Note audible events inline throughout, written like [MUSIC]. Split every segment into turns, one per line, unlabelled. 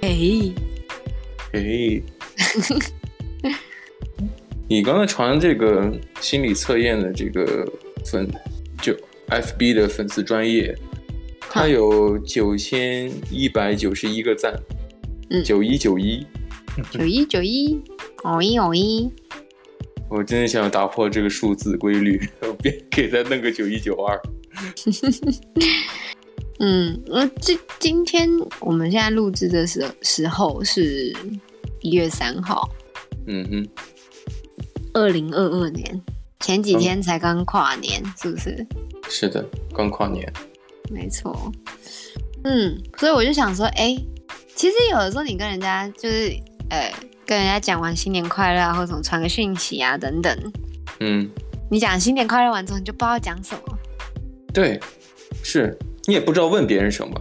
哎，
诶，你刚才传这个心理测验的这个粉，就 FB 的粉丝专业，它有九千一百九十一个赞，
嗯
九一九一，
九一九一，哦一哦一，
我真的想打破这个数字规律， [LAUGHS] 我别给它弄个九一九二。
嗯，那这今天我们现在录制的时时候是一月三号，
嗯哼，
二零二二年，前几天才刚跨年，是不是？
是的，刚跨年，
没错，嗯，所以我就想说，哎、其实有的时候你跟人家就是，呃，跟人家讲完新年快乐啊，或者什么传个讯息啊等等，
嗯，
你讲新年快乐完之后，你就不知道讲什么。
对，是你也不知道问别人什么，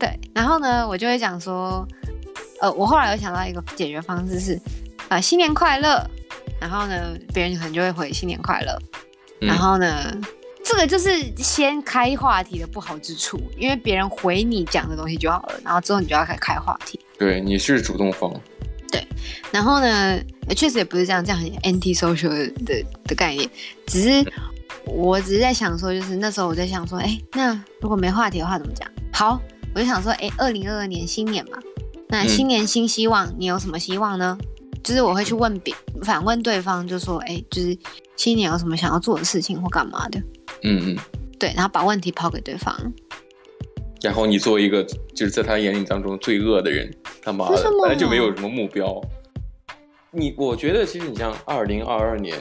对，然后呢，我就会讲说，呃，我后来有想到一个解决方式是，啊、新年快乐。然后呢，别人可能就会回新年快乐。
嗯
然后呢，这个就是先开话题的不好之处，因为别人回你讲的东西就好了，然后之后你就要开开话题。
对，你是主动方，
然后呢，呃确实也不是这样，这样很 anti social 的的的概念，只是我只是在想说，就是那时候我在想说，哎，那如果没话题的话怎么讲？好，我就想说，哎，二零二二年新年嘛，那
嗯
新年新希望，你有什么希望呢？就是我会去问别反问对方，就说，哎，就是新年有什么想要做的事情或干嘛的，
嗯嗯。
对，然后把问题抛给对方。
然后你作为一个就是在他眼里当中最恶的人，他妈
为什
的
么
本来就没有什么目标。你我觉得其实你像二零二二年，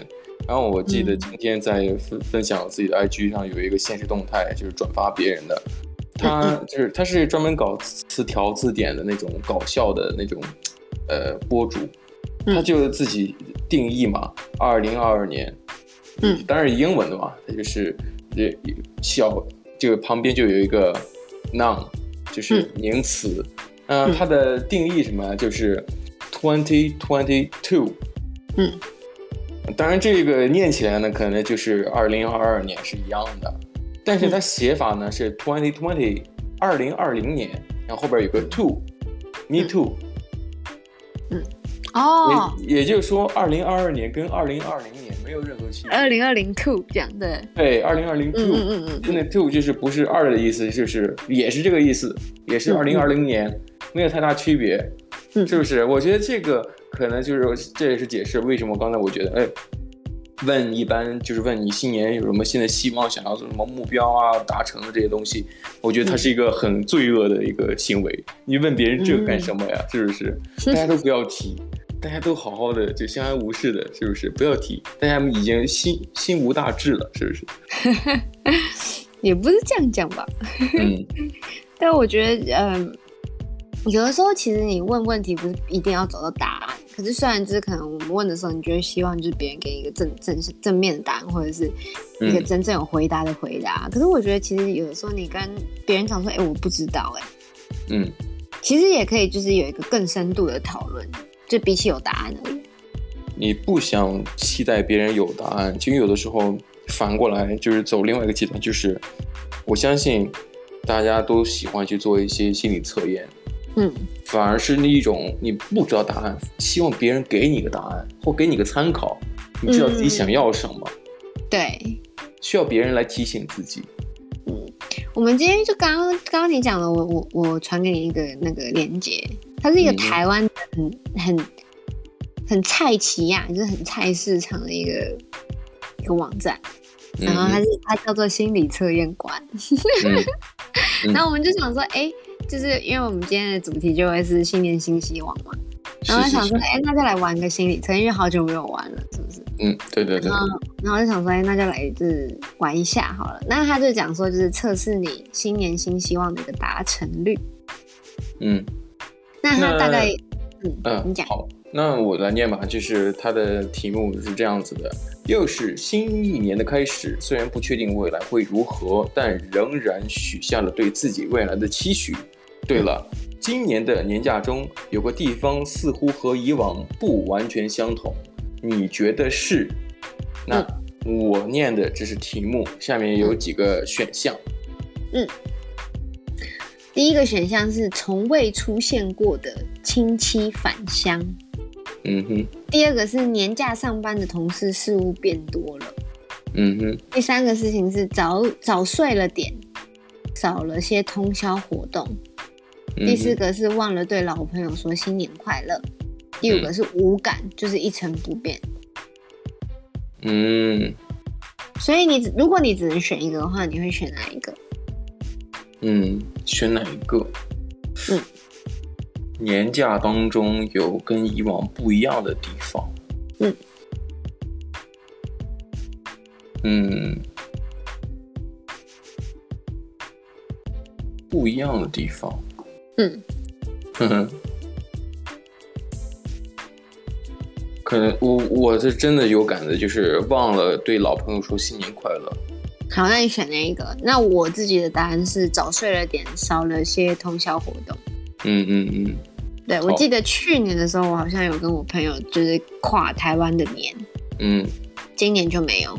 然后我记得
嗯
今天在分分享我自己的 IG 上有一个现实动态，就是转发别人的，
嗯
他就是他是专门搞词条字典的那种搞笑的那种呃博主，
嗯
他就自己定义嘛，二零二二年，
嗯，
当然是英文的嘛，它就是这小这个旁边就有一个 noun，就是名词。嗯、
嗯
它的定义什么啊就是 twenty twenty two。
嗯，
当然这个念起来呢，可能就是二零二二年是一样的，但
嗯
是它写法呢是 twenty twenty 二零二零年，然后后边有个 two，me
嗯
too、
哦，
也也就是说，二零二二年跟二零二零年没有任何区别。
二零二零 two 这样的，
对，二零二零 two。
呃嗯嗯嗯嗯，
那 two 就是不是二的意思，就是也是这个意思，也是
嗯
二零二零年，没有太大区别，
嗯
是不是？我觉得这个可能就是这也是解释为什么刚才我觉得，哎，问一般就是问你新年有什么新的希望，想要做什么目标啊，达成的这些东西，我
嗯
觉得它是一个很罪恶的一个行为。你问别人这个干
嗯
什么呀？是不是？大家都不要提。大家都好好的，就相安无事的，是不是？不要提，大家已经心心无大志了，是不
[LAUGHS]
是？
[LAUGHS] 也不是这样讲吧。
嗯，
但我觉得，嗯，有的时候其实你问问题不是一定要找到答案，可是虽然就是可能我们问的时候，你就会希望就是别人给你一个正正正面的答案，或者是一个
嗯
真正有回答的回答。可是我觉得其实有的时候你跟别人讲说，哎、我不知道、哎，
嗯。
其实也可以就是有一个更深度的讨论，就比起有答案而已。
你不想期待别人有答案，其实有的时候反过来就是走另外一个极端，就是我相信大家都喜欢去做一些心理测验，
嗯
反而是那一种你不知道答案，希望别人给你个答案或给你个参考，你知道
嗯
自己想要什么，
对，
需要别人来提醒自己。
我们今天就刚刚刚刚你讲了，我我我传给你一个那个链接，它是一个
嗯
台湾很很很菜奇呀、就是很菜市场的一个一个网站，然后它
嗯
是它叫做心理测验馆，
嗯嗯
然后我们就想说，哎、就是因为我们今天的主题就会是新年新希望嘛， [LAUGHS] 然后
是
就是想
是
说，，哎、那就来玩个心理测验，因为好久没有玩了，是不是？
嗯，对对
啊
对，
然后就想说，哎，那就来就是玩一下好了。那他就讲说，就是测试你新年新希望的一个达成率。
嗯。
那他大概，嗯，
嗯
你，讲，
好，那我来念吧。就是它的题目是这样子的：又是新一年的开始，虽然不确定未来会如何，但仍然许下了对自己未来的期许。对了，
嗯
今年的年假中有个地方似乎和以往不完全相同，你觉得是？
嗯
那我念的这是题目，下面有几个选项。
第一个选项是从未出现过的亲戚返乡。
嗯哼，
第二个是年假上班的同事事务变多了。
嗯哼，
第三个事情是早早睡了点，少了些通宵活动。
嗯
第四
哼，
个是忘了对老朋友说新年快乐。第五个是无感，就是一成不变。
嗯
所以你只如果你只能选一个的话，你会选哪一个？
嗯，选哪一个？
嗯，
年假当中有跟以往不一样的地方。
嗯
嗯，不一样的地方。
嗯，
哼哼， [LAUGHS] 可能我我是真的有感的，就是忘了对老朋友说新年快乐。
好，那你选哪一个？那我自己的答案是早睡了点，少了些通宵活动。
嗯嗯嗯
对，我
好
记得去年的时候，我好像有跟我朋友就是跨台湾的年，
嗯，
今年就没有。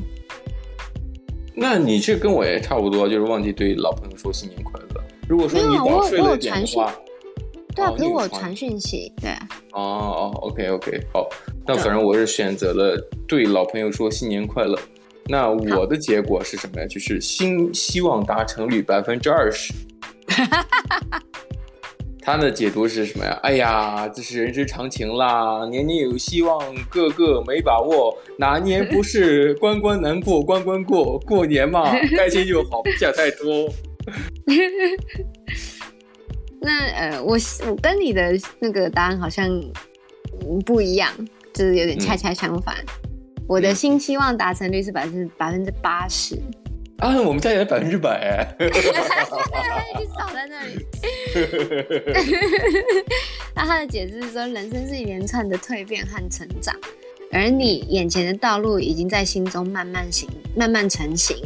那你这跟我也差不多，就是忘记对老朋友说新年快乐。如果说
没有
你
啊我
早
有
睡
我
了
有
一点的
传讯
话，
对啊，
哦
可是
你有
我
传
传讯息，对啊，
哦哦，OK OK，好，那
对啊
反正我是选择了对老朋友说新年快乐。那我的结果是什么呀？就是新希望达成率百分之
[LAUGHS]
二十。他的解读是什么呀？哎呀，这是人之常情啦，年年有希望，个个没把握，哪年不是关关难过关关过？过年
[LAUGHS]
嘛，开心就好，不想太多。
那呃，我我跟你的那个答案好像嗯不一样，就是有点恰恰相反。我的
嗯
新希望达成率是百分之百分之八十，
啊，我们家也百分之百哎。
你少在那 [LAUGHS] 里。那他的解释是说，人生是一连串的蜕变和成长，而你眼前的道路已经在心中慢慢行、慢慢成型。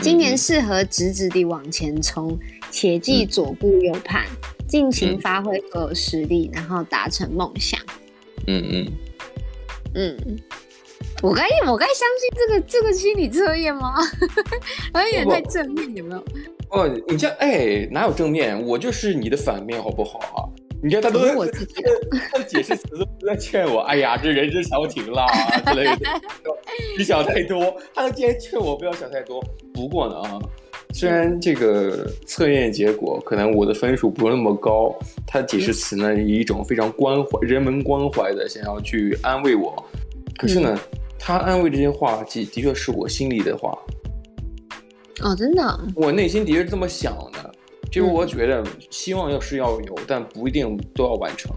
今
嗯
年
哼
适合直直地往前冲，切忌左顾右盼，尽情
嗯
发挥所有实力，然后达成梦想。
[LAUGHS] 嗯嗯，
嗯，我该我该相信这个这个心理测验吗？ [LAUGHS] 好像有点太正面，有没有？
哦，你这哎哪有正面？我就是你的反面好不好啊？你看他都
可是我自己
他的解释词都在劝我，哎呀，这人之常情啦之类的，你想太多。他竟然劝我不要想太多。不过呢啊，虽然这个测验结果可能我的分数不是那么高，他解释词呢以一种非常关怀、人文关怀的想要去安慰我，可是呢，
嗯
他安慰这些话的的确是我心里的话，
哦，真的，
我内心的确是这么想的，就是
嗯
我觉得希望要是要有，但不一定都要完成。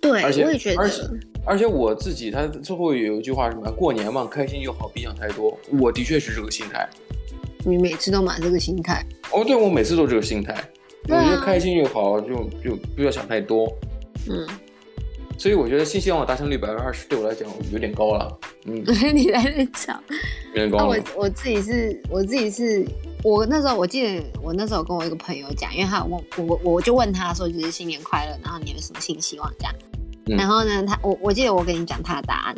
对，
而且
我也觉
而且
得，
而且我自己，他最后有一句话是什么？过年嘛，开心就好，别想太多。我的确是这个心态。
你每次都买这个心态。
哦，对，我每次都这个心态。我
对啊
觉得开心就好，就就不要想太多。
嗯，
所以我觉得新希望达成率百分之二十对我来讲有点高了，嗯，
你在那吵。
有点
那
高
我
了。
我自己是，我自己是，我那时候我记得我那时候跟我一个朋友讲，因为他有问我，我我就问他说，就是新年快乐，然后你有什么新希望这样。
嗯
然后呢，他我我记得我跟你讲他的答案，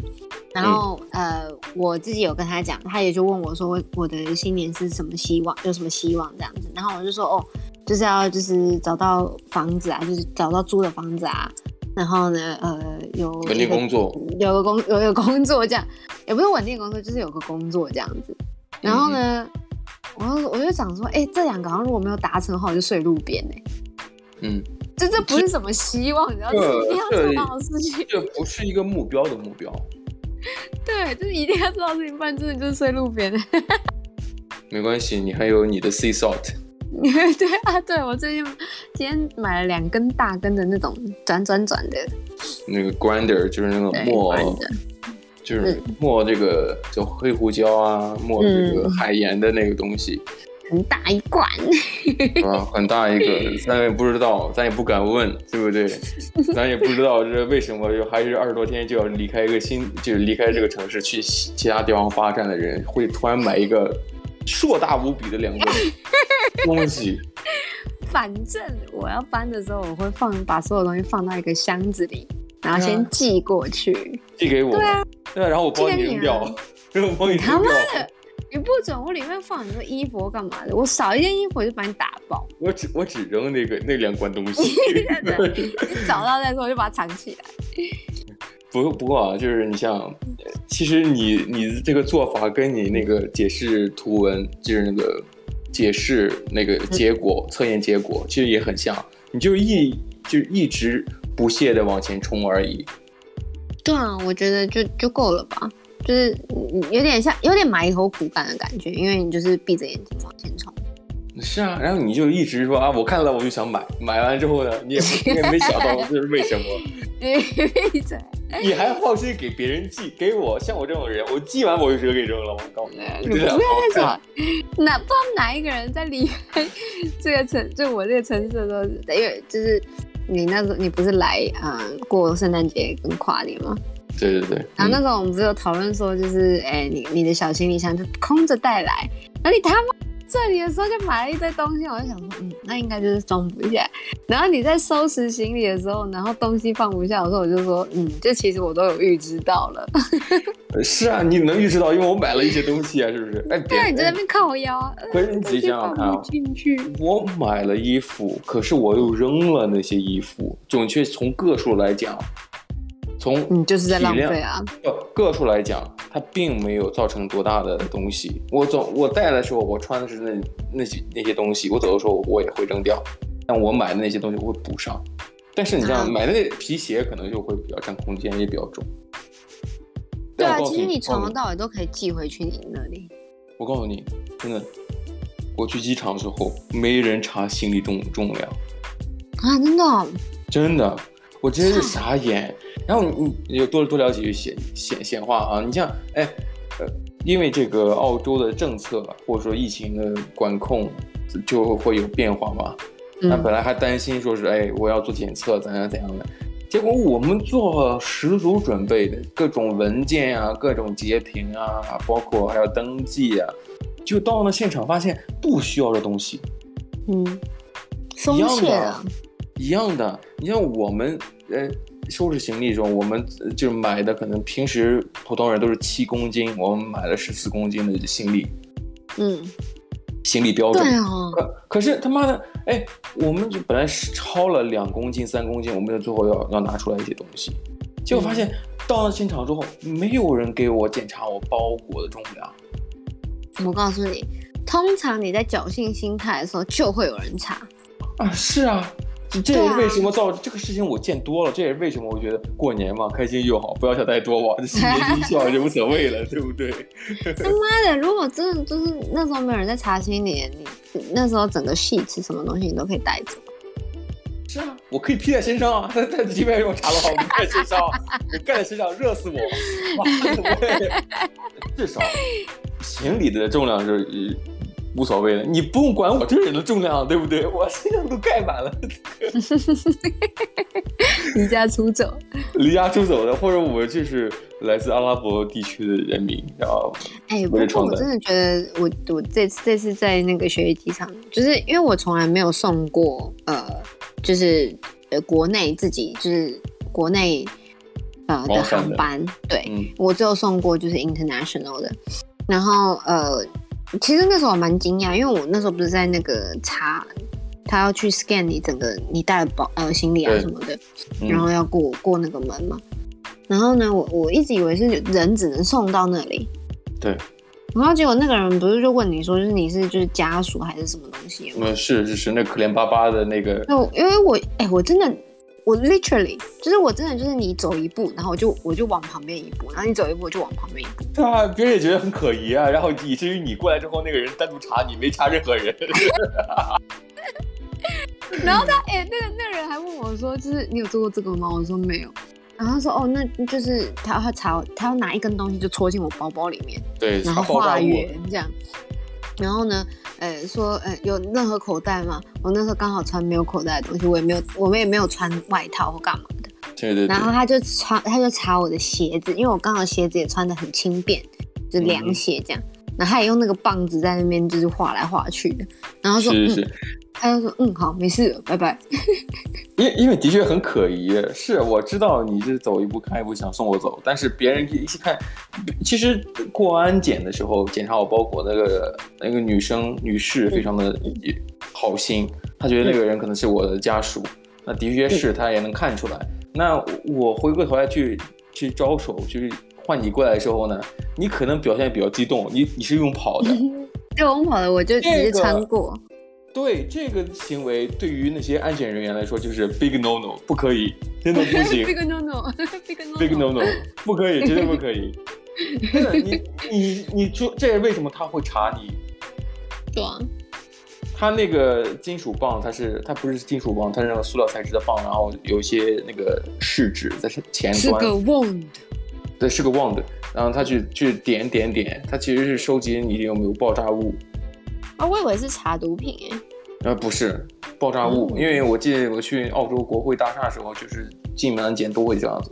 然后、
嗯
呃我自己有跟他讲，他也就问我说我我的新年是什么希望，有什么希望这样子，然后我就说哦，就是要就是找到房子啊，就是找到租的房子啊，然后呢呃有
稳
一
定
个
工作，
有个工有有工作这样，也不是稳定工作，就是有个工作这样子。然后呢，我就我就想说，哎、这两个好像如果没有达成的话，我就睡路边哎、
嗯，
就这不是什么希望，你知道，
这
这一定要做
这
到的事情。
这不是一个目标的目标，
对，就是一定要做到的事情，不然真的就是睡路边、欸。 [LAUGHS]
没关系，你还有你的 sea salt，
对啊，对我最近今天买了两根大根的那种转转转的，
那个 grinder 就是那个
对，
磨
不然的
就是磨这个叫黑胡椒啊，磨这个
嗯
海盐的那个东西，
很大一罐。
是吧？很大一个，咱也不知道，咱也不敢问，对不对？咱也不知道这为什么就还是二十多天就要离开一个新，就是离开这个城市去其其他地方发展的人，会突然买一个硕大无比的两个东西。
反正我要搬的时候，我会放把所有东西放到一个箱子里，然后先寄过去。
[LAUGHS] 寄给我，对啊，然后我帮你扔掉，然后我帮你
他
扔
妈
掉，
的，你不准我里面放很多衣服我干嘛的？我少一件衣服我就把你打
[LAUGHS]
爆，
我只我只扔那个那两罐东西。
你找到再说我就把它藏起来。
不不过啊，就是你像，其实你你这个做法跟你那个解释图文，就是那个解释那个
嗯
结果、测验结果，其实也很像。你就一就一直不懈的往前冲而已。
对啊，我觉得就就够了吧，就是嗯有点像有点埋头苦干的感觉，因为你就是闭着眼睛往前 [LAUGHS] 冲。
是啊，然后你就一直说啊，我看了我就想买，买完之后呢，你也不你也没想到这是为
[LAUGHS]
什么，
闭嘴。
你还放心给别人寄，给我像我这种人，我寄完我就直接给扔了。我告诉你，
你嗯
我
不
真的
要
好
再
看
说，哪不知道哪一个人在离开这个城，就我这个城市的时候，因为就是你那时候你不是来啊、呃过圣诞节跟跨年吗？
对对对，
然后那
嗯
时候我们不是有讨论说，就是哎、你你的小行李箱就空着带来，然后你他妈这里的时候就买了一堆东西，我就想说，嗯，那应该就是装不下。然后你在收拾行李的时候，然后东西放不下的时候，我就说，嗯，这其实我都有预知到了。
是啊，你能预知到，因为我买了一些东西啊，是不是？哎，别
[LAUGHS] 对，你就在那边看我腰啊，呃
可是你仔细想想看啊
东西放不进去。
我买了衣服，可是我又扔了那些衣服。准确从个数来讲，从
你嗯就是在浪
体量
费啊！
呃个数来讲，它并没有造成多大的东西。我走，我带的时候，我穿的是那那些那些东西，我走的时候我也会扔掉，但我买的那些东西我会补上。但是你这样
啊
买的那皮鞋可能就会比较占空间，也比较重。
对
但
啊，
我告诉
其实你从
我
头
告诉
到尾都可以寄回去你那里。
我告诉你，真的，我去机场的时候没人查行李重重量。
啊，真的哦、
真的，我真是傻眼。然后你你就多多了解一些闲闲话啊，你像哎，呃，因为这个澳洲的政策或者说疫情的管控就会有变化嘛。那
嗯，
本来还担心说是哎我要做检测怎样怎样的，结果我们做十足准备的各种文件啊，各种截屏啊，包括还有登记啊，就到了现场发现不需要这东西。
嗯，松懈了，
一样的。你像我们呃收拾行李中，我们呃就是买的可能平时普通人都是七公斤，我们买了十四公斤的行李
嗯，
行李标准。
对哦，
可可是他妈的，哎，我们就本来是超了两公斤、三公斤，我们就最后要要拿出来一些东西，结果发现、到了现场之后，没有人给我检查我包裹的重量。
我告诉你，通常你在侥幸心态的时候，就会有人查。
啊，是啊，这这
对
也
啊
是为什么造、这个事情我见多了，这也是为什么我觉得过年嘛，开心就好，不要想太多嘛，新年一笑就无所谓了，对不对？
他妈的，如果真的就是那时候没有人在查清你，你那时候整个戏吃什么东西你都可以带走。
是啊，我可以披在身上啊， [LAUGHS] 但但即便让我查的话，我不在身上，我盖在身上热死我，妈的，我也至少行李的重量是。呃无所谓的，你不用管我这人的重量，对不对？我身上都盖满了， [LAUGHS]
离家出走，
离家出走的，或者我就是来自阿拉伯地区的人民，然后
哎、不
为了
过
创
我
造
真的觉得我，我这次这次在那个学习机上，就是因为我从来没有送过，呃，就是呃国内自己就是国内呃
往
的
返
航
的
班，对，
嗯
我只有送过就是 international 的，然后呃，其实那时候我蛮惊讶，因为我那时候不是在那个查，他要去 scan 你整个你带的包呃行李啊
对
什么的，
嗯
然后要过过那个门嘛。然后呢，我我一直以为是人只能送到那里，
对，
然后结果那个人不是就问你说，就是你是就是家属还是什么东西吗？
嗯，是是是，那可怜巴巴的那个，
就因为我哎、我真的我 literally 就是我真的就是你走一步，然后我就我就往旁边一步，然后你走一步我就往旁边一步。
对啊，别人也觉得很可疑啊，然后以至于你过来之后，那个人单独查你，没查任何人。 [LAUGHS]
然后他哎、那个那个人还问我说，就是你有做过这个吗？我说没有。然后他说哦，那就是他要查，他要拿一根东西就戳进我包包里面，
对，
然
查
后
爆炸
化
物，
缘这样。然后呢，呃，说呃有任何口袋吗？我那时候刚好穿没有口袋的东西，我也没有，我们也没有穿外套或干嘛的。
对对对
然，后他就穿，他就查我的鞋子，因为我刚好鞋子也穿的很轻便，就
嗯
凉鞋这样。然后他也用那个棒子在那边就是划来划去的，然后说
是
嗯
是，
他就说嗯好没事了，拜拜。
因因为的确很可疑，是我知道你是走一步看一步想送我走，但是别人一看，其实过安检的时候检查我包裹那个那个女生女士非常的好心，她觉得那个人可能是我的家属，那的确是她也能看出来。那我回过头来去去招手去换你过来的时候呢，你可能表现比较激动，你你是用跑的，
[LAUGHS] 就我跑了，我就直接穿过。
对这个行为，对于那些安检人员来说，就是 big no no，不可以，真的不
[LAUGHS]
行
big no no，big no
big no no，不 [LAUGHS] 可以，绝对不可以。真的，你你你说这为什么他会查你？
对啊，
他那个金属棒，它是它不是金属棒，它是那个塑料材质的棒，然后有一些那个试纸在前
是
端
个，wound，
对，是个 wand，然后他去去点点点，他其实是收集你有没有爆炸物。
啊，我以为是查毒品欸诶。
呃，不是爆炸物，
哦
因为我记得我去澳洲国会大厦的时候，就是进门安检都会这样子。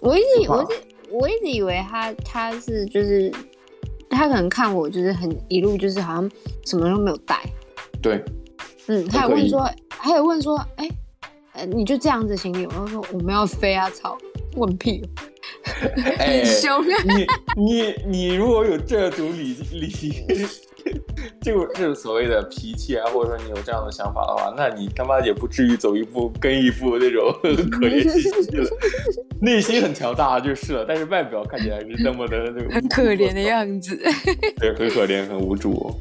我一直以
不怕
我一直我一直以为他他是就是他可能看我就是很一路就是好像什么都没有带，
对，
嗯，他还
都可
问
以
说，还有问说，哎、呃，你就这样子行李吗，我说我们要飞啊，操，问屁哦，
哎
很，凶啊，
你你你如果有这种理理， [LAUGHS] 这个这种所谓的脾气啊，或者说你有这样的想法的话，那你他妈也不至于走一步跟一步
[LAUGHS]
那种可怜兮兮的，内心很强大啊就是了，但是外表看起来是那么的那个
很可怜的样子。 [LAUGHS]
对，很可怜，很无助。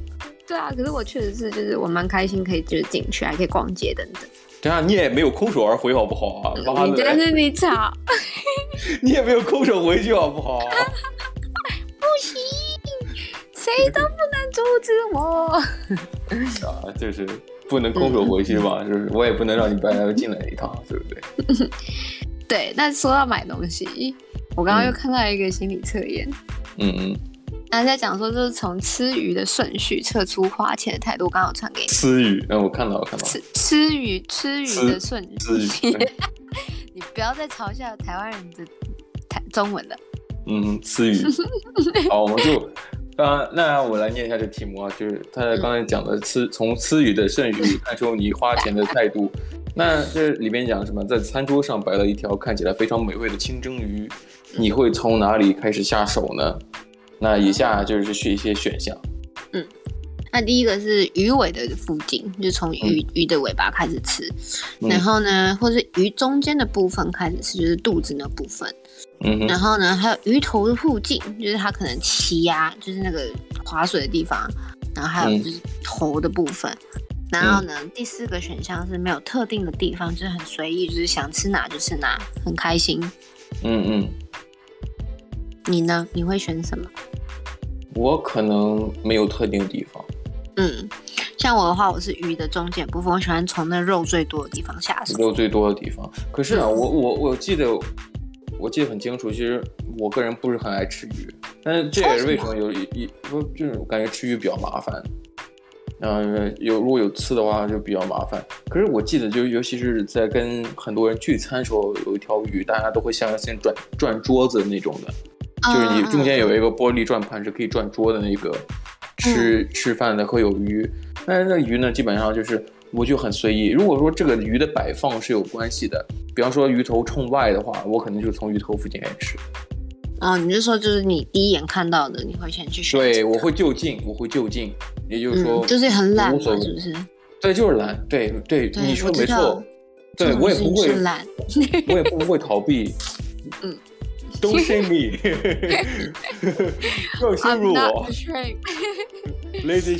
对啊，可是我确实是就是我蛮开心，可以就是进去，还可以逛街等等。
这样你也没有空手而回好不好啊？妈
你
的！
但是你吵，
你也没有空手回去好不好？啊
谁都不能阻止我。
啊，就是不能空手回去嘛，
嗯
就是我也不能让你白白进来一趟，对不对？
对，那说到买东西，我刚刚又看到一个心理测验，
嗯嗯，
那在讲说就是从吃鱼的顺序测出花钱的态度。我刚好传给你，
私语，嗯，我看到我看到，
吃吃鱼吃鱼的顺
私
序，
语，哎
你不要再嘲笑台湾人的台中文了。
嗯，私
[LAUGHS]
语。好，我们就。啊，那我来念一下这题目啊，就是他刚才讲的
嗯
吃，从吃语的剩余看出你花钱的
[LAUGHS]
态度。那这里面讲什么？在餐桌上摆了一条看起来非常美味的清蒸鱼，
嗯
你会从哪里开始下手呢？那以下就是选一些选项。
那第一个是鱼尾的附近，就从鱼、鱼的尾巴开始吃，
嗯
然后呢，或是鱼中间的部分开始吃，就是肚子那部分。
嗯哼，
然后呢，还有鱼头的附近，就是它可能鳍呀、就是那个划水的地方，然后还有
嗯
就是头的部分。然后呢，第四个选项是没有特定的地方，就是很随意，就是想吃哪就吃哪，很开心。
嗯嗯。
你呢？你会选什么？
我可能没有特定的地方。
嗯，像我的话，我是鱼的中间部分，我喜欢从那肉最多的地方下手。
没有最多的地方。可是啊，
嗯
我我我记得，我记得很清楚，其实我个人不是很爱吃鱼，但是这也是为什么有一一说就是我感觉吃鱼比较麻烦。嗯，有如果有刺的话就比较麻烦。可是我记得，就尤其是在跟很多人聚餐的时候，有一条鱼，大家都会象征性转转桌子那种的，
嗯
就是你中间
有
有一个玻璃转盘是可以转桌的那个吃、
嗯
吃饭的会有鱼，但是那鱼呢，基本上就是我就很随意。如果说这个鱼的摆放是有关系的，比方说鱼头冲外的话，我可能就从鱼头附近开始吃。
哦，你是说就是你第一眼看到的，你会先去选？
对，我会就近，我会就近，也就是说，
嗯，就是很懒
无
嘛，
所谓
是不是？
对，就是懒。对对，
对
你说
我
没
知道
错。对我也
这
不
种事
会
情是，懒。
我也不会逃避。
[LAUGHS] 嗯
，Don't shame
[LAUGHS]
[LAUGHS] me，不要羞
I'm
辱
not
我
ashamed
，Lazy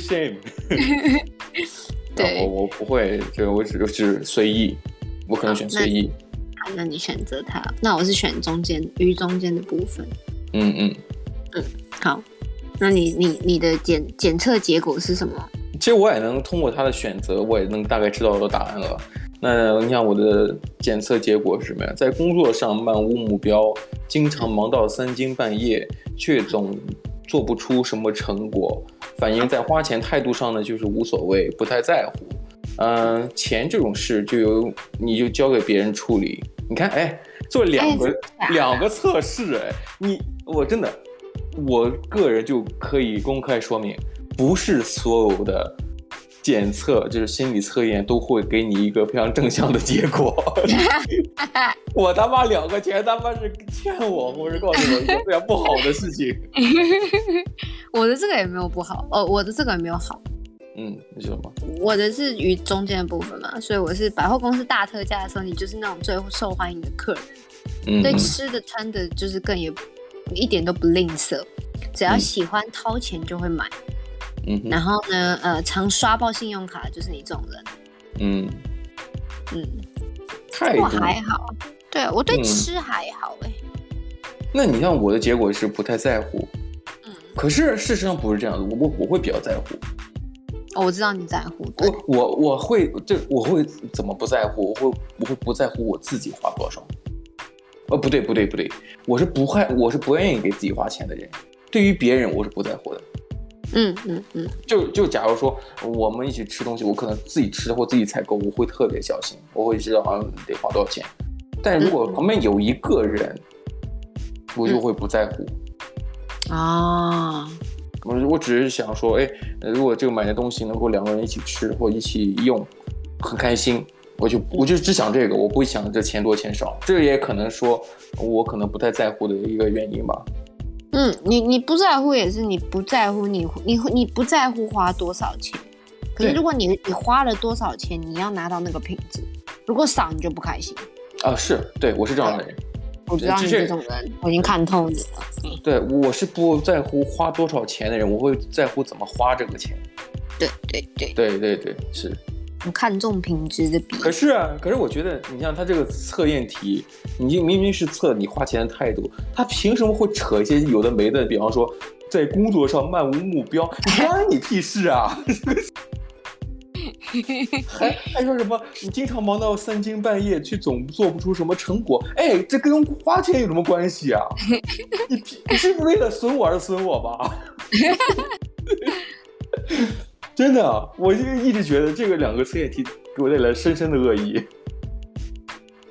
[LAUGHS]
shame。
对
我我不会，就我只我只随意，我可能选
好那
随意。
好那你选择它，那我是选中间鱼中间的部分。
嗯嗯，
好，那你你你的检检测结果是什么？
其实我也能通过他的选择，我也能大概知道我的答案了。那你看我的检测结果是什么呀？在工作上漫无目标，经常忙到三更半夜，却总做不出什么成果。反映在花钱态度上呢，就是无所谓，不太在乎。嗯、钱这种事就由你就交给别人处理。你看，哎，做两个、
哎
两个测试，哎，你我真的，我个人就可以公开说明，不是所有的检测，就是心理测验，都会给你一个非常正向的结果。
[LAUGHS]
我他妈两个全他妈是骗我，或者告诉我一个非常不好的事情。
我的这个也没有不好，哦，我的这个也没有好，
嗯，你知道吗？
我的是于中间的部分嘛，所以我是百货公司大特价的时候，你就是那种最受欢迎的客人，
嗯，
对吃的穿的就是更也一点都不吝啬，只要喜欢掏钱就会买。
嗯哼
然后呢，呃，常刷爆信用卡就是你这种人，
嗯，
嗯，
态
我
度。
还好，对我对
嗯
吃还好哎、
那你像我的结果是不太在乎，
嗯，
可是事实上不是这样的，我我我会比较在乎。
哦我知道你在乎，对，
我我我会这我会怎么不在乎？我会我会不在乎我自己花多少？呃，不对不对不对，我是不会我是不愿意给自己花钱的人。对于别人我是不在乎的。
嗯嗯嗯，
就就假如说我们一起吃东西，我可能自己吃或自己采购，我会特别小心，我会知道好像得花多少钱。但如果
嗯
旁边有一个人，我就会不在乎。啊
哦，
我我只是想说，哎，如果这个买的东西能够两个人一起吃或一起用，很开心。我就我就只想这个，我不会想这钱多钱少。这也可能说我可能不太在乎的一个原因吧。
嗯，你你不在乎也是你不在乎你你你不在乎花多少钱，可是
对
如果你你花了多少钱，你要拿到那个品质，如果少你就不开心。
啊，是对我是这样的人，
我知道你
这
这种人，我已经看透你了。嗯，
对我是不在乎花多少钱的人，我会在乎怎么花这个钱。
对对对，
对对对，是。
很看重品质的比。
可是啊，可是我觉得你像他这个测验题，你明明是测你花钱的态度，他凭什么会扯一些有的没的？比方说，在工作上漫无目标，你关你屁事啊！ [LAUGHS] 还还说什么你经常忙到三更半夜，却总做不出什么成果？哎，这跟花钱有什么关系啊？你屁你是为了损我而损我吧？真的，啊我就一直觉得这个两个测验题给我带来深深的恶意。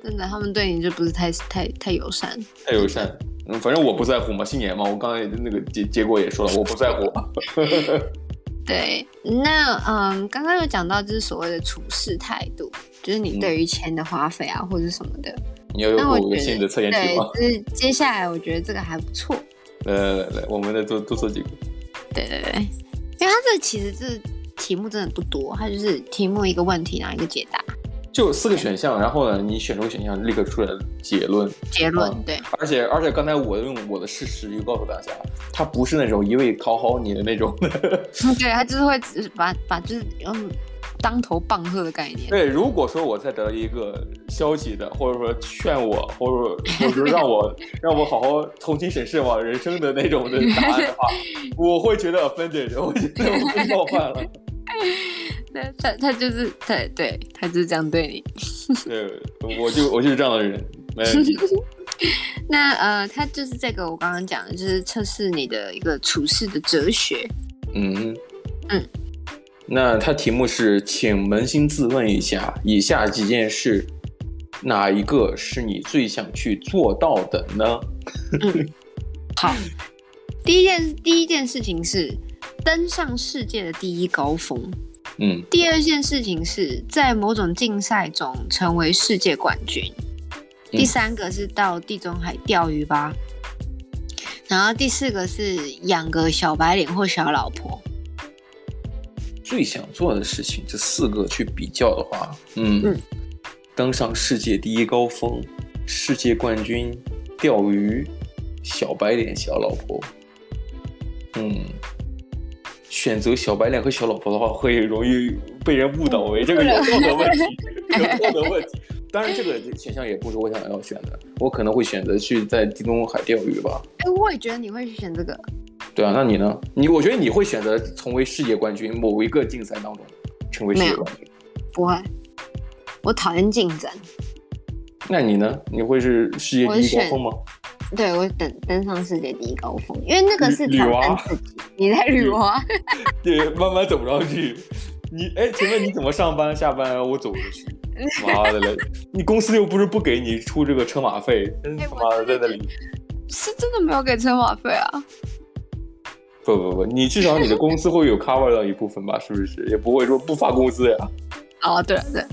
真的，他们对你就不是太太太友善。
太友善。嗯，反正我不在乎嘛，新年嘛，我刚才那个结结果也说了，我不在乎。
对，那嗯，刚刚有讲到就是所谓的处事态度，就是你
嗯
对于钱的花费啊，或者什么的。
你要有
那我
有
觉得
新的测验题
对
吗，？ [LAUGHS]
就是接下来我觉得这个还不错。
来来呃来来，我们再多多做几个。
对对对，因为它这其实这题目真的不多，它就是题目一个问题，然后一个解答
就四个选项，然后呢，你选出个选项，立刻出来结论。
结论。
嗯
对，
而且而且，刚才我用我的事实又告诉大家，他不是那种一味讨好你的 [LAUGHS] 那种。
对，它就是会只是把把就是嗯当头棒喝的概念。
对，如果说我再得到一个消息的，或者说劝我，或者说或者说
[LAUGHS]
让我让我好好重新审视我人生的那种的答案的
[LAUGHS]
话，我会觉得 offended，我觉得我被冒犯了。
对，他他就是对对，他就是这样对你。
对，我就我就是这样的人，哎没问题。
那呃，他就是这个我刚刚讲的，就是测试你的一个处事的哲学。
嗯
嗯。
那它题目是，请扪心自问一下，以下几件事，哪一个是你最想去做到的呢？
嗯
[LAUGHS]
好，第一件第一件事情是登上世界的第一高峰。
嗯
第二件事情是在某种竞赛中成为世界冠军。
嗯
第三个是到地中海钓鱼吧。然后第四个是养个小白脸或小老婆。
最想做的事情，这四个去比较的话，嗯，
嗯
登上世界第一高峰，世界冠军，钓鱼，小白脸，小老婆，嗯，选择小白脸和小老婆的话，会容易被人误导为这个有道德问题， [LAUGHS] 有道德问题。当然，这个选项也不是我想要选的，我可能会选择去在地中海钓鱼吧。
哎，我也觉得你会去选这个。
对啊，那你呢？你我觉得你会选择成为世界冠军，某一个竞赛当中成为世
没
界
有
冠军。
不会，我讨厌竞争。
那你呢？你会是世界第一高峰 [LAUGHS] 吗？
对我等登上世界第一高峰，因为那个是
女
挑
女
战
娲
自己。你在捋我 [LAUGHS] 啊？
对，慢慢走不上去。你哎，请问你怎么上班下班啊？我走着
[LAUGHS]
去。妈的嘞！你公司又不是不给你出这个车马费，真他
哎
妈
我
的
真的
在那里。
是真的没有给车马费啊？
不不不，你至少你的工资会有 cover 到一部分吧？是不是？也不会说不发工资呀。
哦，对了对了，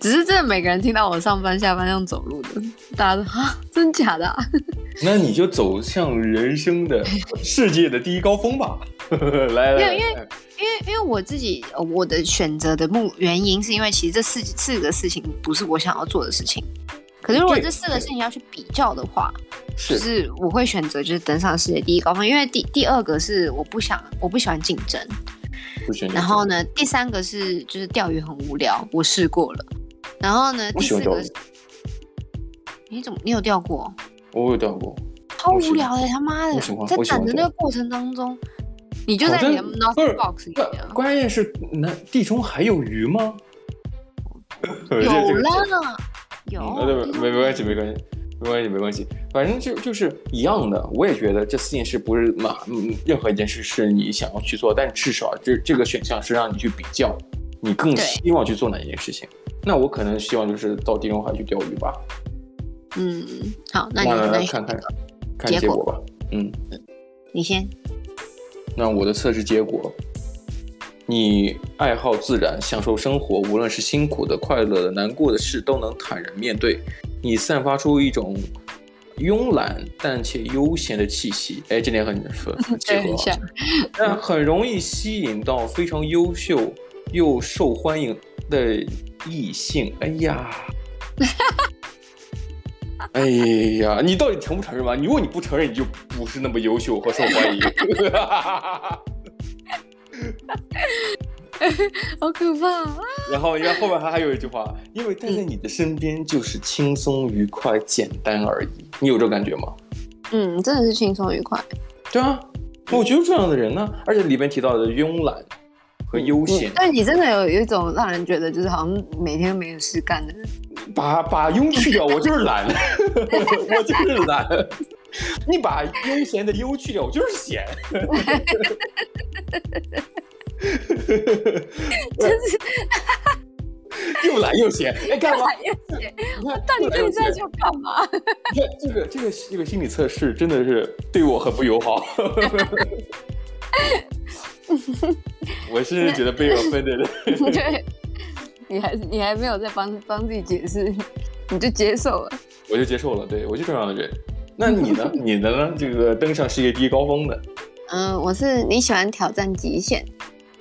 只是真的每个人听到我上班下班用走路的，大家都啊，真假的、啊？
那你就走向人生的世界的第一高峰吧。 [LAUGHS] 来来
没有，
来，
因为因为因为我自己呃我的选择的目原因是因为其实这四四个事情不是我想要做的事情，可是如果
对
这四个事情要去比较的话，就是是我会选择就是登上世界第一高峰，因为第第二个是我不想我不喜欢竞争，
不选择
然后呢第三个是就是钓鱼很无聊，我试过了，然后呢
不
第
喜
四
欢钓
个
鱼
是，你怎么你有钓过？
我有钓过，
超
我喜
无
欢
聊的，他妈的
我喜欢，
在
我喜欢
等的
这
那
样
个过程当中，你就
好
在你的
像不是
Nothing Box 里
那
面啊。
关键是南地中还有鱼 [LAUGHS] 吗？这这
有
个
啦，有
嗯，呃，对没没关系，没关系，没关系，没关系，反正就就是一样的。我也觉得这四件事不是嘛，嗯，任何一件事是你想要去做，但至少这这个选项是让你去比较，你更
对
希望去做哪一件事情。那我可能希望就是到地中海去钓鱼吧，
嗯，好，那
那
你那你
看看看
结
结
果
果吧。嗯，
你先，
那我的测试结果，你爱好自然，享受生活，无论是辛苦的、快乐的、难过的事，都能坦然面对。你散发出一种慵懒但且悠闲的气息，哎，这点很很结合
很
啊
像，
但很容易吸引到非常优秀又受欢迎的异性。哎 [LAUGHS] 呀，哎呀，你到底承不承认吧？你如果你不承认，你就不是那么优秀和受欢迎。 [LAUGHS]
好可怕啊！
然后，因为后面还还有一句话，因为待在你的身边就是轻松、愉快、简单而已。你有这感觉吗？
嗯，真的是轻松愉快，
对啊，我就是这样的人呢、而且里边提到的慵懒和悠闲，
嗯但你真的有有一种让人觉得就是好像每天没有事干的
[LAUGHS]
人，
把把慵去掉，我就是 [LAUGHS] 懒，我就是懒。你把悠闲的悠去掉，我就是闲。
真是
又懒又闲，哎，干嘛？你看
到底
又懒又
现在
闲
就干 [LAUGHS] 嘛？
你看这个这个这个心理测试真的是对我很不友好。 [LAUGHS] 我是觉得被我分的人，
对， [LAUGHS] 你还你还没有在帮帮自己解释，你就接受了。
我就接受了，对我就这样的人。那你呢？你的呢？这个登上世界第一高峰的，
嗯，我是你喜欢挑战极限，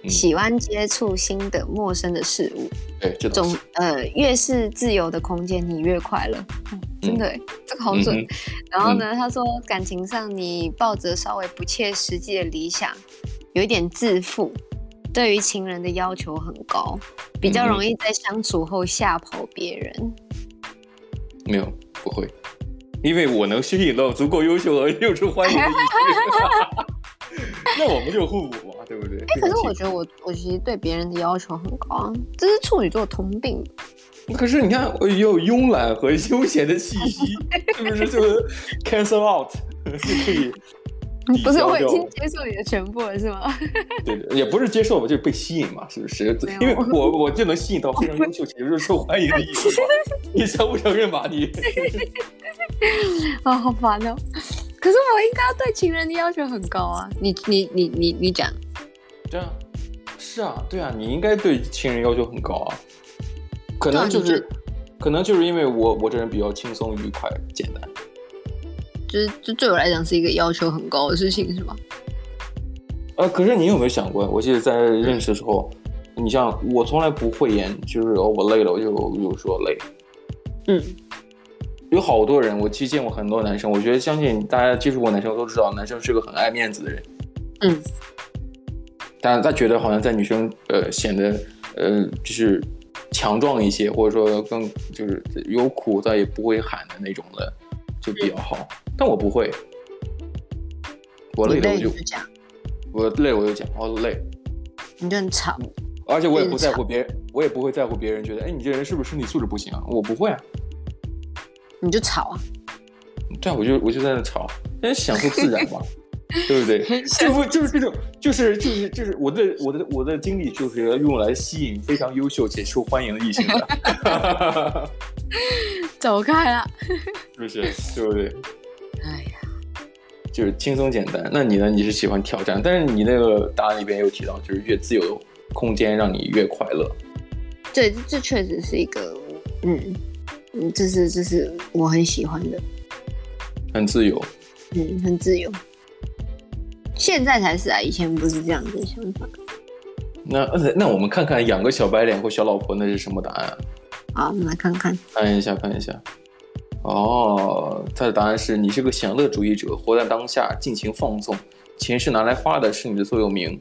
嗯
喜欢接触新的陌生的事物，
对，哎这种
总呃越是自由的空间，你越快乐。嗯、真的欸、这个好准。
嗯
然后呢，他说感情上你抱着稍微不切实际的理想，有一点自负，对于情人的要求很高，比较
嗯
容易在相处后吓跑别人。
哼没有不会，因为我能吸引到足够优秀而又受欢迎的异性，那我们就互补嘛，对不对？哎
可是我觉得我我其实对别人的要求很高啊，这是处女座通病。
可是你看，我也有慵懒和悠闲的气
[LAUGHS]
息，是不是就是 cancel out 就可以抵
不是，
消
我已
掉
经接受你的全部了，是吗？ [LAUGHS]
对对，也不是接受吧，就是被吸引嘛，是不是
没？有
因为我我就能吸引到非常优
[LAUGHS]
秀，其实就是受欢迎的艺术嘛，你承不承认吧？你
啊、好烦哦！可是我应该要对情人的要求很高啊！你你你你你讲，
对啊，是啊，对啊，你应该对情人要求很高啊，可
对啊
能就
你
是。可能就是因为我我这人比较轻松愉快简单，
就是这对我来讲是一个要求很高的事情，是吗？
呃，可是你有没有想过，我记得在认识的时候，你像我从来不讳言，就是哦我累了我就就说累，
嗯，
有好多人，我其实见过很多男生，我觉得相信大家接触过男生都知道，男生是个很爱面子的人。
嗯，
但他觉得好像在女生呃显得呃就是强壮一些，或者说更就是有苦他也不会喊的那种的，就比较好。但我不会，我累
嗯你累你
了我就
就讲，
我累我就讲哦累，
你就很吵。
而且我也
嗯
不在乎别人，我也不会在乎别人觉得哎你这人是不是身体素质不行啊？我不会啊。
你就吵啊！
对啊，我就我就在那吵，但是享受自然嘛，对不对？这不就是这种，就是就是就是我的我的我的精力就是要用来吸引非常优秀且受欢迎的异性的，
走开啦！
是不是？对不对？
哎呀，
就是轻松简单。那你呢？你是喜欢挑战，但是你那个答案里边有提到，就是越自由空间让你越快乐。
对，这这确实是一个，嗯，嗯，这是这是我很喜欢的，
很自由。
嗯，很自由。现在才是啊，以前不是这样子的想法
那呃那我们看看养个小白脸或小老婆那是什么答案啊？
好，我们来看看，
看一下，看一下。哦，他的答案是你是个享乐主义者，活在当下，尽情放纵，钱是拿来花的，是你的座右铭。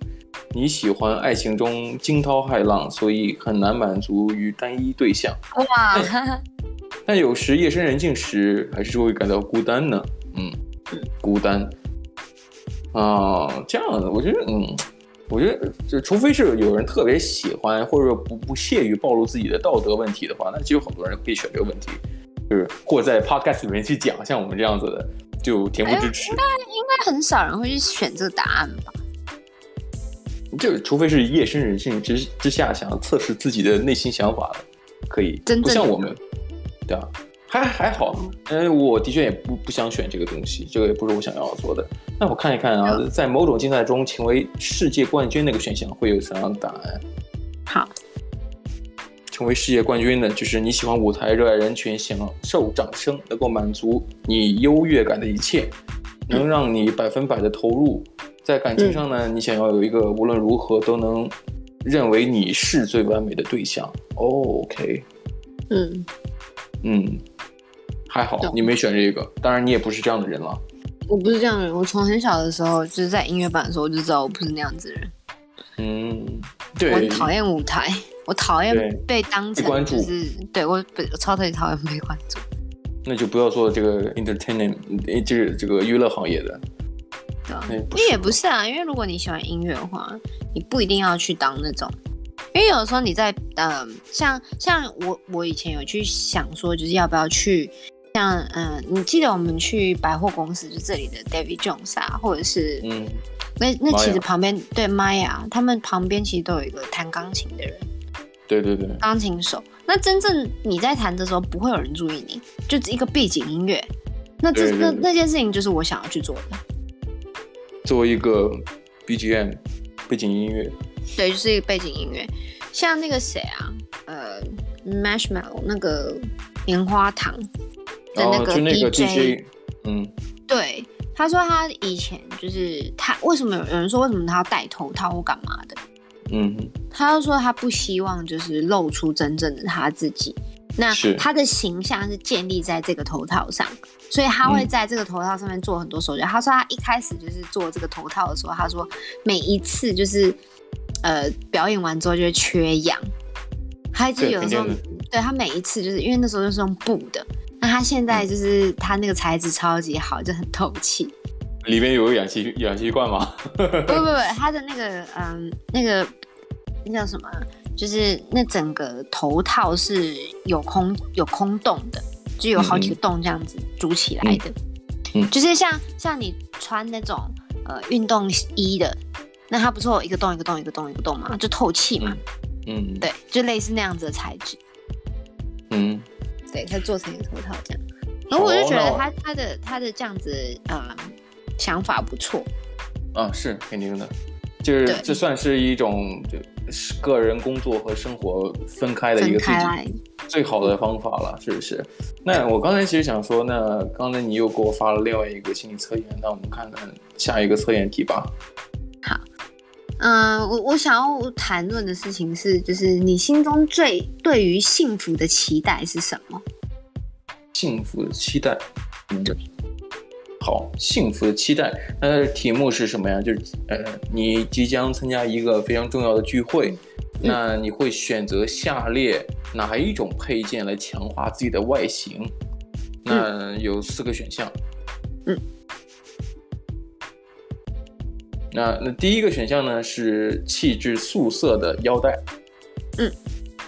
你喜欢爱情中惊涛骇浪，所以很难满足于单一对象。
哇， [LAUGHS]
但有时夜深人静时，还是会感到孤单呢。嗯，孤单。啊，这样的，我觉得，嗯，我觉得，就除非是有人特别喜欢，或者说不不屑于暴露自己的道德问题的话，那就有很多人可以选这个问题，就是或在 podcast 里面去讲，像我们这样子的，就恬不知耻。
应该很少人会去选这个答案吧？
就除非是夜深人静之之下，想要测试自己的内心想法的，可以，
真
不
正
像
的
我们，对啊，还还好，呃，我的确也不不想选这个东西，这个也不是我想要做的。那我看一看啊，在某种竞赛中成为世界冠军那个选项会有什么样的答案？
好，
成为世界冠军呢，就是你喜欢舞台，热爱人群，享受掌声，能够满足你优越感的一切，
嗯
能让你百分百的投入。在感情上呢，你想要有一个无论如何都能认为你是最完美的对象。哦 OK，
嗯，
嗯，还好
懂
你没选这个，当然你也不是这样的人了。
我不是这样的人，我从很小的时候就是在音乐班的时候我就知道我不是那样子的人，
嗯，
我
对
很，讨厌舞台，我讨厌
对
被当
被关
成
注
就是对我被我超级讨厌被关注，
那就不要做这个 entertainment，呃这个这个娱乐行业的。
对啊
那不
因为
是
也不是啊，因为如果你喜欢音乐的话，你不一定要去当那种，因为有的时候你在嗯、呃像像我我以前有去想说，就是要不要去像嗯、呃你记得我们去百货公司，就这里的 David Jones 啊，或者是、
嗯
那那其
Maya
实旁边对 Maya 他们旁边其实都有一个弹钢琴的人，
对对对，
钢琴手。那真正你在弹的时候，不会有人注意你，就只一个背景音乐。那这
对对对
那那件事情就是我想要去做的。
作为一个 BGM 背景音乐，
对，就是一个背景音乐，像那个谁啊，呃，Marshmallow 那个棉花糖的
然后
哦那个
就那个
DJ，
DJ，嗯，
对，他说他以前就是他为什么有有人说为什么他要戴头套或干嘛的，
嗯，
他就说他不希望就是露出真正的他自己，那
是
他的形象是建立在这个头套上，所以他
嗯
会在这个头套上面做很多手脚。他说他一开始就是做这个头套的时候，他说每一次就是呃表演完之后就会缺氧，他就
对
有的时候
肯
对他每一次就是因为那时候就是用布的，那他现在就是他那个材质超级好，就很透气。
里边有氧气氧气罐吗？
不不不，他的那个嗯，那个那叫什么啊？就是那整个头套是有空有空洞的，就有好几个洞这样子组起来的。
嗯嗯
就是像像你穿那种呃运动衣的，那它不是有一个洞一个洞一个洞一个洞嘛，就透气嘛。
嗯，
对，就类似那样子的材质，
嗯，
对，它做成一个头套这样。然后我就
哦
觉
那
得
我
他他的他的这样子呃想法不错，
啊，是肯定的，就是
对
这算是一种就是个人工作和生活分开的一
分
个最
开来，
最好的方法了，是不是？那我刚才其实想说，那刚才你又给我发了另外一个心理测验，那我们看看下一个测验题吧。
嗯，我我想要谈论的事情是，就是你心中最对于幸福的期待是什么？
幸福的期待，嗯，好，幸福的期待。那它的题目是什么呀？就是呃，你即将参加一个非常重要的聚会，
嗯
那你会选择下列哪一种配件来强化自己的外形？那有四个选项。
嗯。
那那第一个选项呢是气质素色的腰带。
嗯。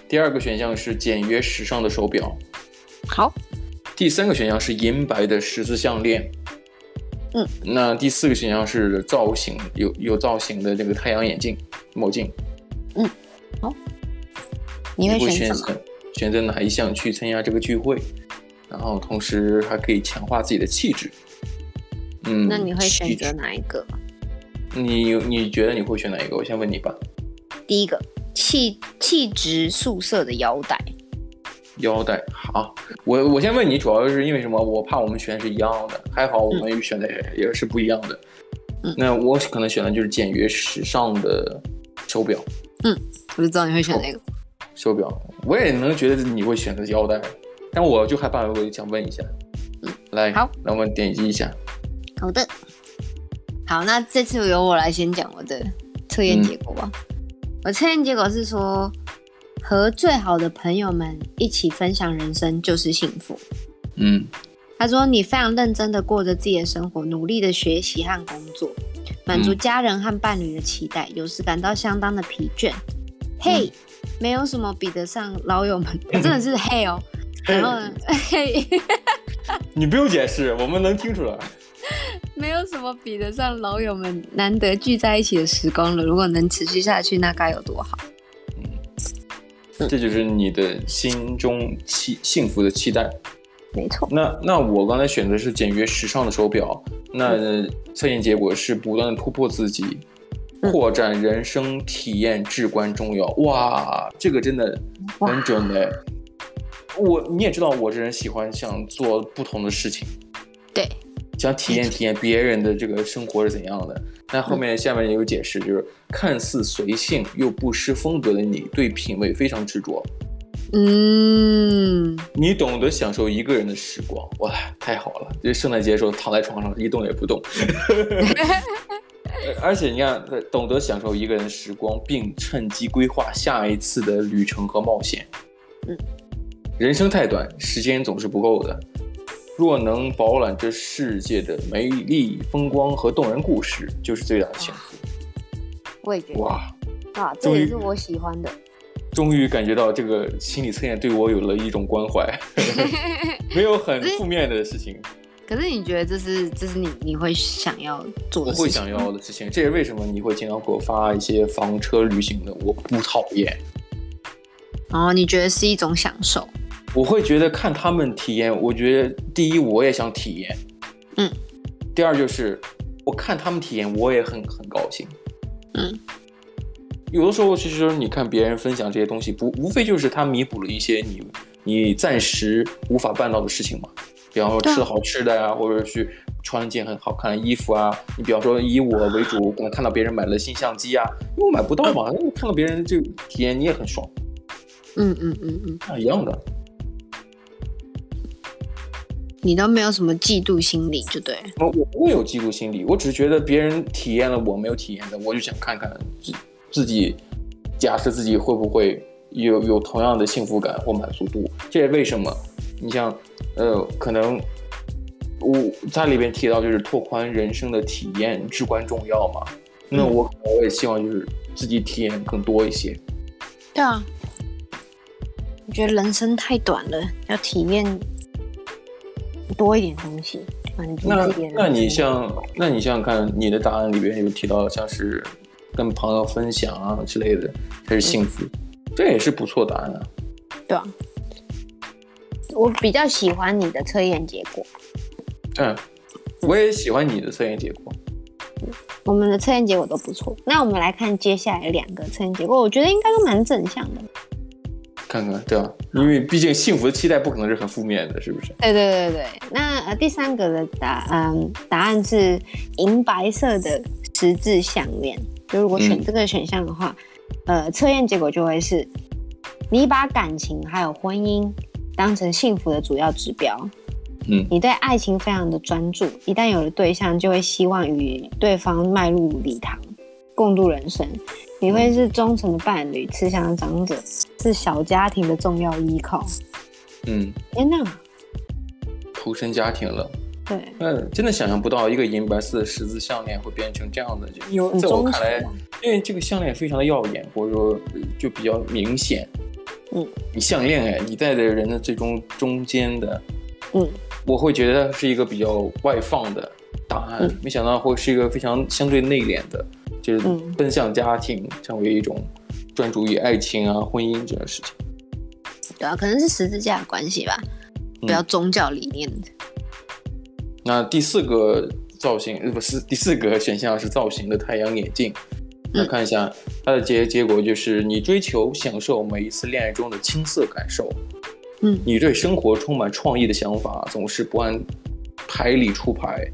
第二个选项是简约时尚的手表。
好，
第三个选项是银白的十字项链。
嗯，
那第四个选项是造型有有造型的这个太阳眼镜墨镜，
你会
会
选
选
什么？
择选择哪一项去参加这个聚会？然后同时还可以强化自己的气质。嗯，
那你会选择
气
哪一个？
质？你你觉得你会选哪一个？我先问你吧。
第一个气气质素色的腰带，
腰带好，我我先问你，主要是因为什么？我怕我们选的是一样的，还好我们选的也是不一样的。
嗯
那我可能选的就是简约时尚的手表，
我就知道你会选哪个。
手表，我也能觉得你会选择腰带，但我就害怕，我就想问一下。
嗯
来，
好，
那我们点击一下。
好的，好，那这次由我来先讲我的测
嗯
验结果吧。我测验结果是说，和最好的朋友们一起分享人生就是幸福。
嗯
他说：“你非常认真的过着自己的生活，努力的学习和工作，满足家人和伴侣的期待，有时感到相当的疲倦。嘿、没有什么比得上老友们， [LAUGHS] 真的是嘿哦。然后呢，嘿，
哎
[LAUGHS]
你不用解释，我们能听出来。
没有什么比得上老友们难得聚在一起的时光了。如果能持续下去，那该有多好。嗯
这就是你的心中期幸福的期待。
没错，
那那我刚才选的是简约时尚的手表，那呃测验结果是不断的突破自己，
嗯
扩展人生体验至关重要。哇，这个真的
哇
很准哎！我你也知道，我这人喜欢想做不同的事情，
对，
想
嗯
体验体验别人的这个生活是怎样的。那后面下面也有解释，就是看似随性又不失风格的你，对品味非常执着，
嗯，
你懂得享受一个人的时光，哇，太好了！这圣诞节的时候躺在床上一动也不动， [LAUGHS] 呃而且你看，呃懂得享受一个人的时光，并趁机规划下一次的旅程和冒险。
嗯，
人生太短，时间总是不够的。若能饱览这世界的美丽风光和动人故事，就是最大的幸福。
我也觉
哇，
得啊，
终于
我喜欢的。
终于感觉到这个心理测验对我有了一种关怀，没有很负面的事情。
可是你觉得这是这是你你会想要做
我
的
会
事情
想要的事情，这也为什么你会经常给我发一些房车旅行的，我不讨厌，
哦，你觉得是一种享受？
我会觉得看他们体验，我觉得第一我也想体验，
嗯，
第二就是我看他们体验，我也很很高兴，
嗯，
有的时候其实你看别人分享这些东西，不无非就是他弥补了一些你你暂时无法办到的事情嘛，比方说
对啊
吃好吃的呀、或者去穿一件很好看的衣服啊。你比方说以我为主，可能看到别人买了新相机啊，因为我买不到嘛，那看到别人这个体验你也很爽，
嗯嗯嗯嗯，
那一样的。
你都没有什么嫉妒心理，就对了。
我我不会有嫉妒心理，我只是觉得别人体验了我没有体验的，我就想看看自自己，假设自己会不会有有同样的幸福感或满足度。这也为什么，你像，呃，可能我它里边提到就是拓宽人生的体验至关重要嘛。那我我也希望就是自己体验更多一些。
对啊，我觉得人生太短了，要体验多一点东西，满足
那
自己的人生
那你像，那你想想看，你的答案里边有提到像是跟朋友分享啊之类的，才是
嗯
幸福，这也是不错答案啊。
对啊，我比较喜欢你的测验结果。
嗯，我也喜欢你的测验结果。
我们的测验结果都不错，那我们来看接下来两个测验结果，我觉得应该都蛮正向的。
看看，对吧？因为毕竟幸福的期待不可能是很负面的，是不是？
对对对对，那呃第三个的答嗯答案是银白色的十字项链。就如果选这个选项的话，呃，测验结果就会是你把感情还有婚姻当成幸福的主要指标。
嗯
你对爱情非常的专注，一旦有了对象，就会希望与对方迈入礼堂，共度人生。你会是忠诚的伴侣，慈祥的长者，是小家庭的重要依靠。
嗯，
天呐，
投身家庭了。
对。
嗯，真的想象不到一个银白色的十字项链会变成这样的，就因为
很
在我
忠
看
诚
来
啊，
因为这个项链非常的耀眼，或者说呃就比较明显。
嗯，
你项链哎，你戴在人的最终中间的，
嗯，
我会觉得是一个比较外放的答案，
嗯
没想到会是一个非常相对内敛的，就是
嗯
奔向家庭，成为一种专注于爱情啊、婚姻这种事情。
对啊，可能是十字架的
嗯
关系吧，比较宗教理念的。
那第四个造型，呃不是第四个选项是造型的太阳眼镜。
嗯
那看一下它的结结果就是，你追求享受每一次恋爱中的青涩感受，
嗯
你对生活充满创意的想法，总是不按牌理出牌，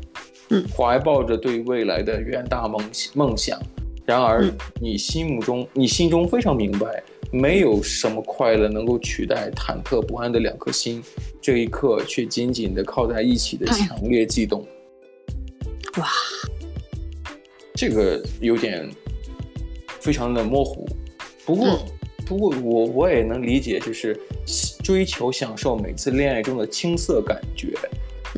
嗯
怀抱着对未来的远大梦梦想。然而
嗯，
你心目中，你心中非常明白，没有什么快乐能够取代忐忑不安的两颗心，这一刻却紧紧地靠在一起的强烈悸动。
哇，
这个有点非常的模糊，不
嗯
过、不过我我也能理解，就是追求享受每次恋爱中的青涩感觉，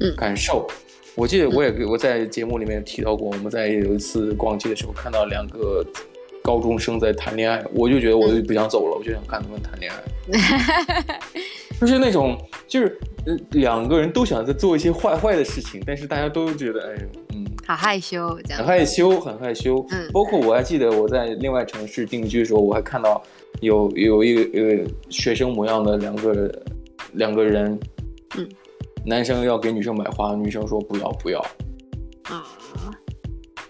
嗯
感受。我记得我也给我在节目里面提到过，我们在有一次逛街的时候看到两个高中生在谈恋爱，我就觉得我
嗯
就不想走了，我就想看他们谈恋爱。
[LAUGHS]
就是那种，就是呃两个人都想在做一些坏坏的事情，但是大家都觉得，哎，嗯，
好害羞哦这
很
样。
害羞，很害羞。
嗯
包括我还记得我在另外城市定居的时候，我还看到有有一个呃学生模样的两个两个人，
嗯，
男生要给女生买花，女生说不要不要，
啊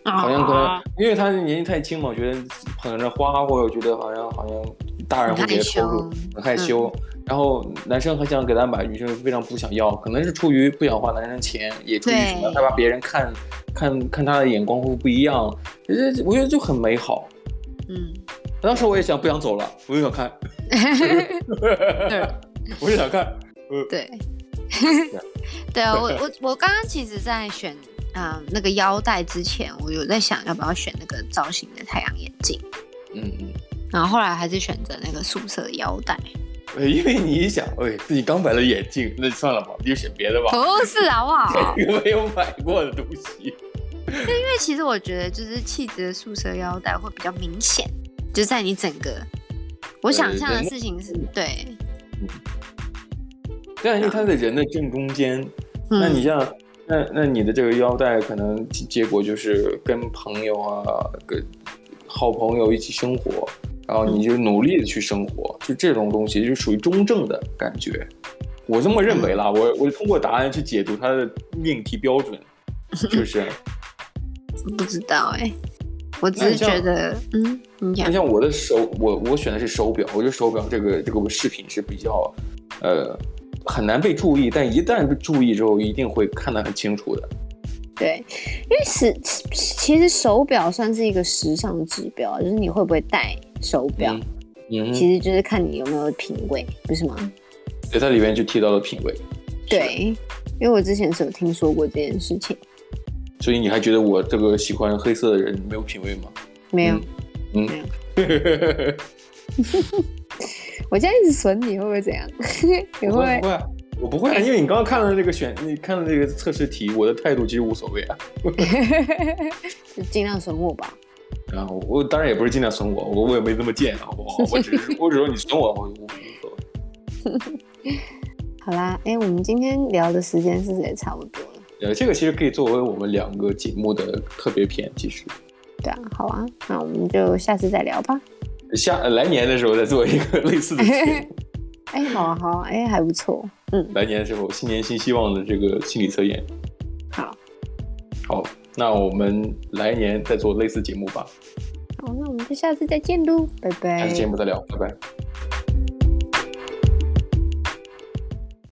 好像可能
啊！
因为他年纪太轻嘛，觉得捧着花或者觉得好像好像大人会觉得投入很害
害羞嗯
羞。然后男生很想给他买，女生非常不想要，可能是出于不想花男生钱，也出于
对
什么害怕别人看看看他的眼光会不一样。这我觉得就很美好。
嗯，
当时我也想不想走了，我就
[LAUGHS]
想看， [LAUGHS]
对
我就想看。
对， [LAUGHS] 对啊，我我我刚刚其实，在选啊、呃那个腰带之前，我有在想要不要选那个造型的太阳眼镜，
嗯嗯。
然后后来还是选择那个素色腰带。
呃因为你一想，哎，自己刚买了眼镜，那就算了吧，你就选别的吧，
不是啊好不好？
这个没有买过的东西。
因为其实我觉得，就是气质的素色腰带会比较明显，就在你整个。我想象的事情是对，
但是它在人的正中间，那你
嗯，
像，那那你的这个腰带，可能结结果就是跟朋友啊，跟好朋友一起生活，然后你就努力的去生活，就这种东西就属于中正的感觉。我这么认为啦，我我通过答案去解读它的命题标准，就是
不知道哎、我只
那
是
你像
觉得，嗯，你讲
你，像我的手，我我选的是手表，我觉得手表这个这个饰品是比较，呃，很难被注意，但一旦被注意之后，一定会看得很清楚的。
对，因为时其实手表算是一个时尚指标，就是你会不会戴手表，
嗯哼，
其实就是看你有没有品味，不是吗？
对，它里面就提到了品味。
对，因为我之前是有听说过这件事情，
所以你还觉得我这个喜欢黑色的人没有品味吗？
没有，
嗯
没有， [LAUGHS] 我这样一直损你会不会怎样？ [LAUGHS] 你会不
我
会
不？会啊，我不会啊，因为你刚刚看了这个选，你看了这个测试题，我的态度其实无所谓啊。
就尽量损我吧。
啊，我我当然也不是尽量损我，我我也没这么贱啊，好
[LAUGHS]
不好？我只是我只是说你损我，我无无所谓。
好啦，哎、我们今天聊的时间是不是也差不多了？
呃，这个其实可以作为我们两个节目的特别篇，其实
对啊，好啊，那我们就下次再聊吧。
下呃来年的时候再做一个类似的
[LAUGHS]
节目。
哎、好啊，好啊，哎、还不错。嗯，
来年的时候，新年新希望的这个心理测验。
好，
好，那我们来年再做类似节目吧。
好，那我们就下次再见喽，拜拜。
下期节目再聊，拜拜。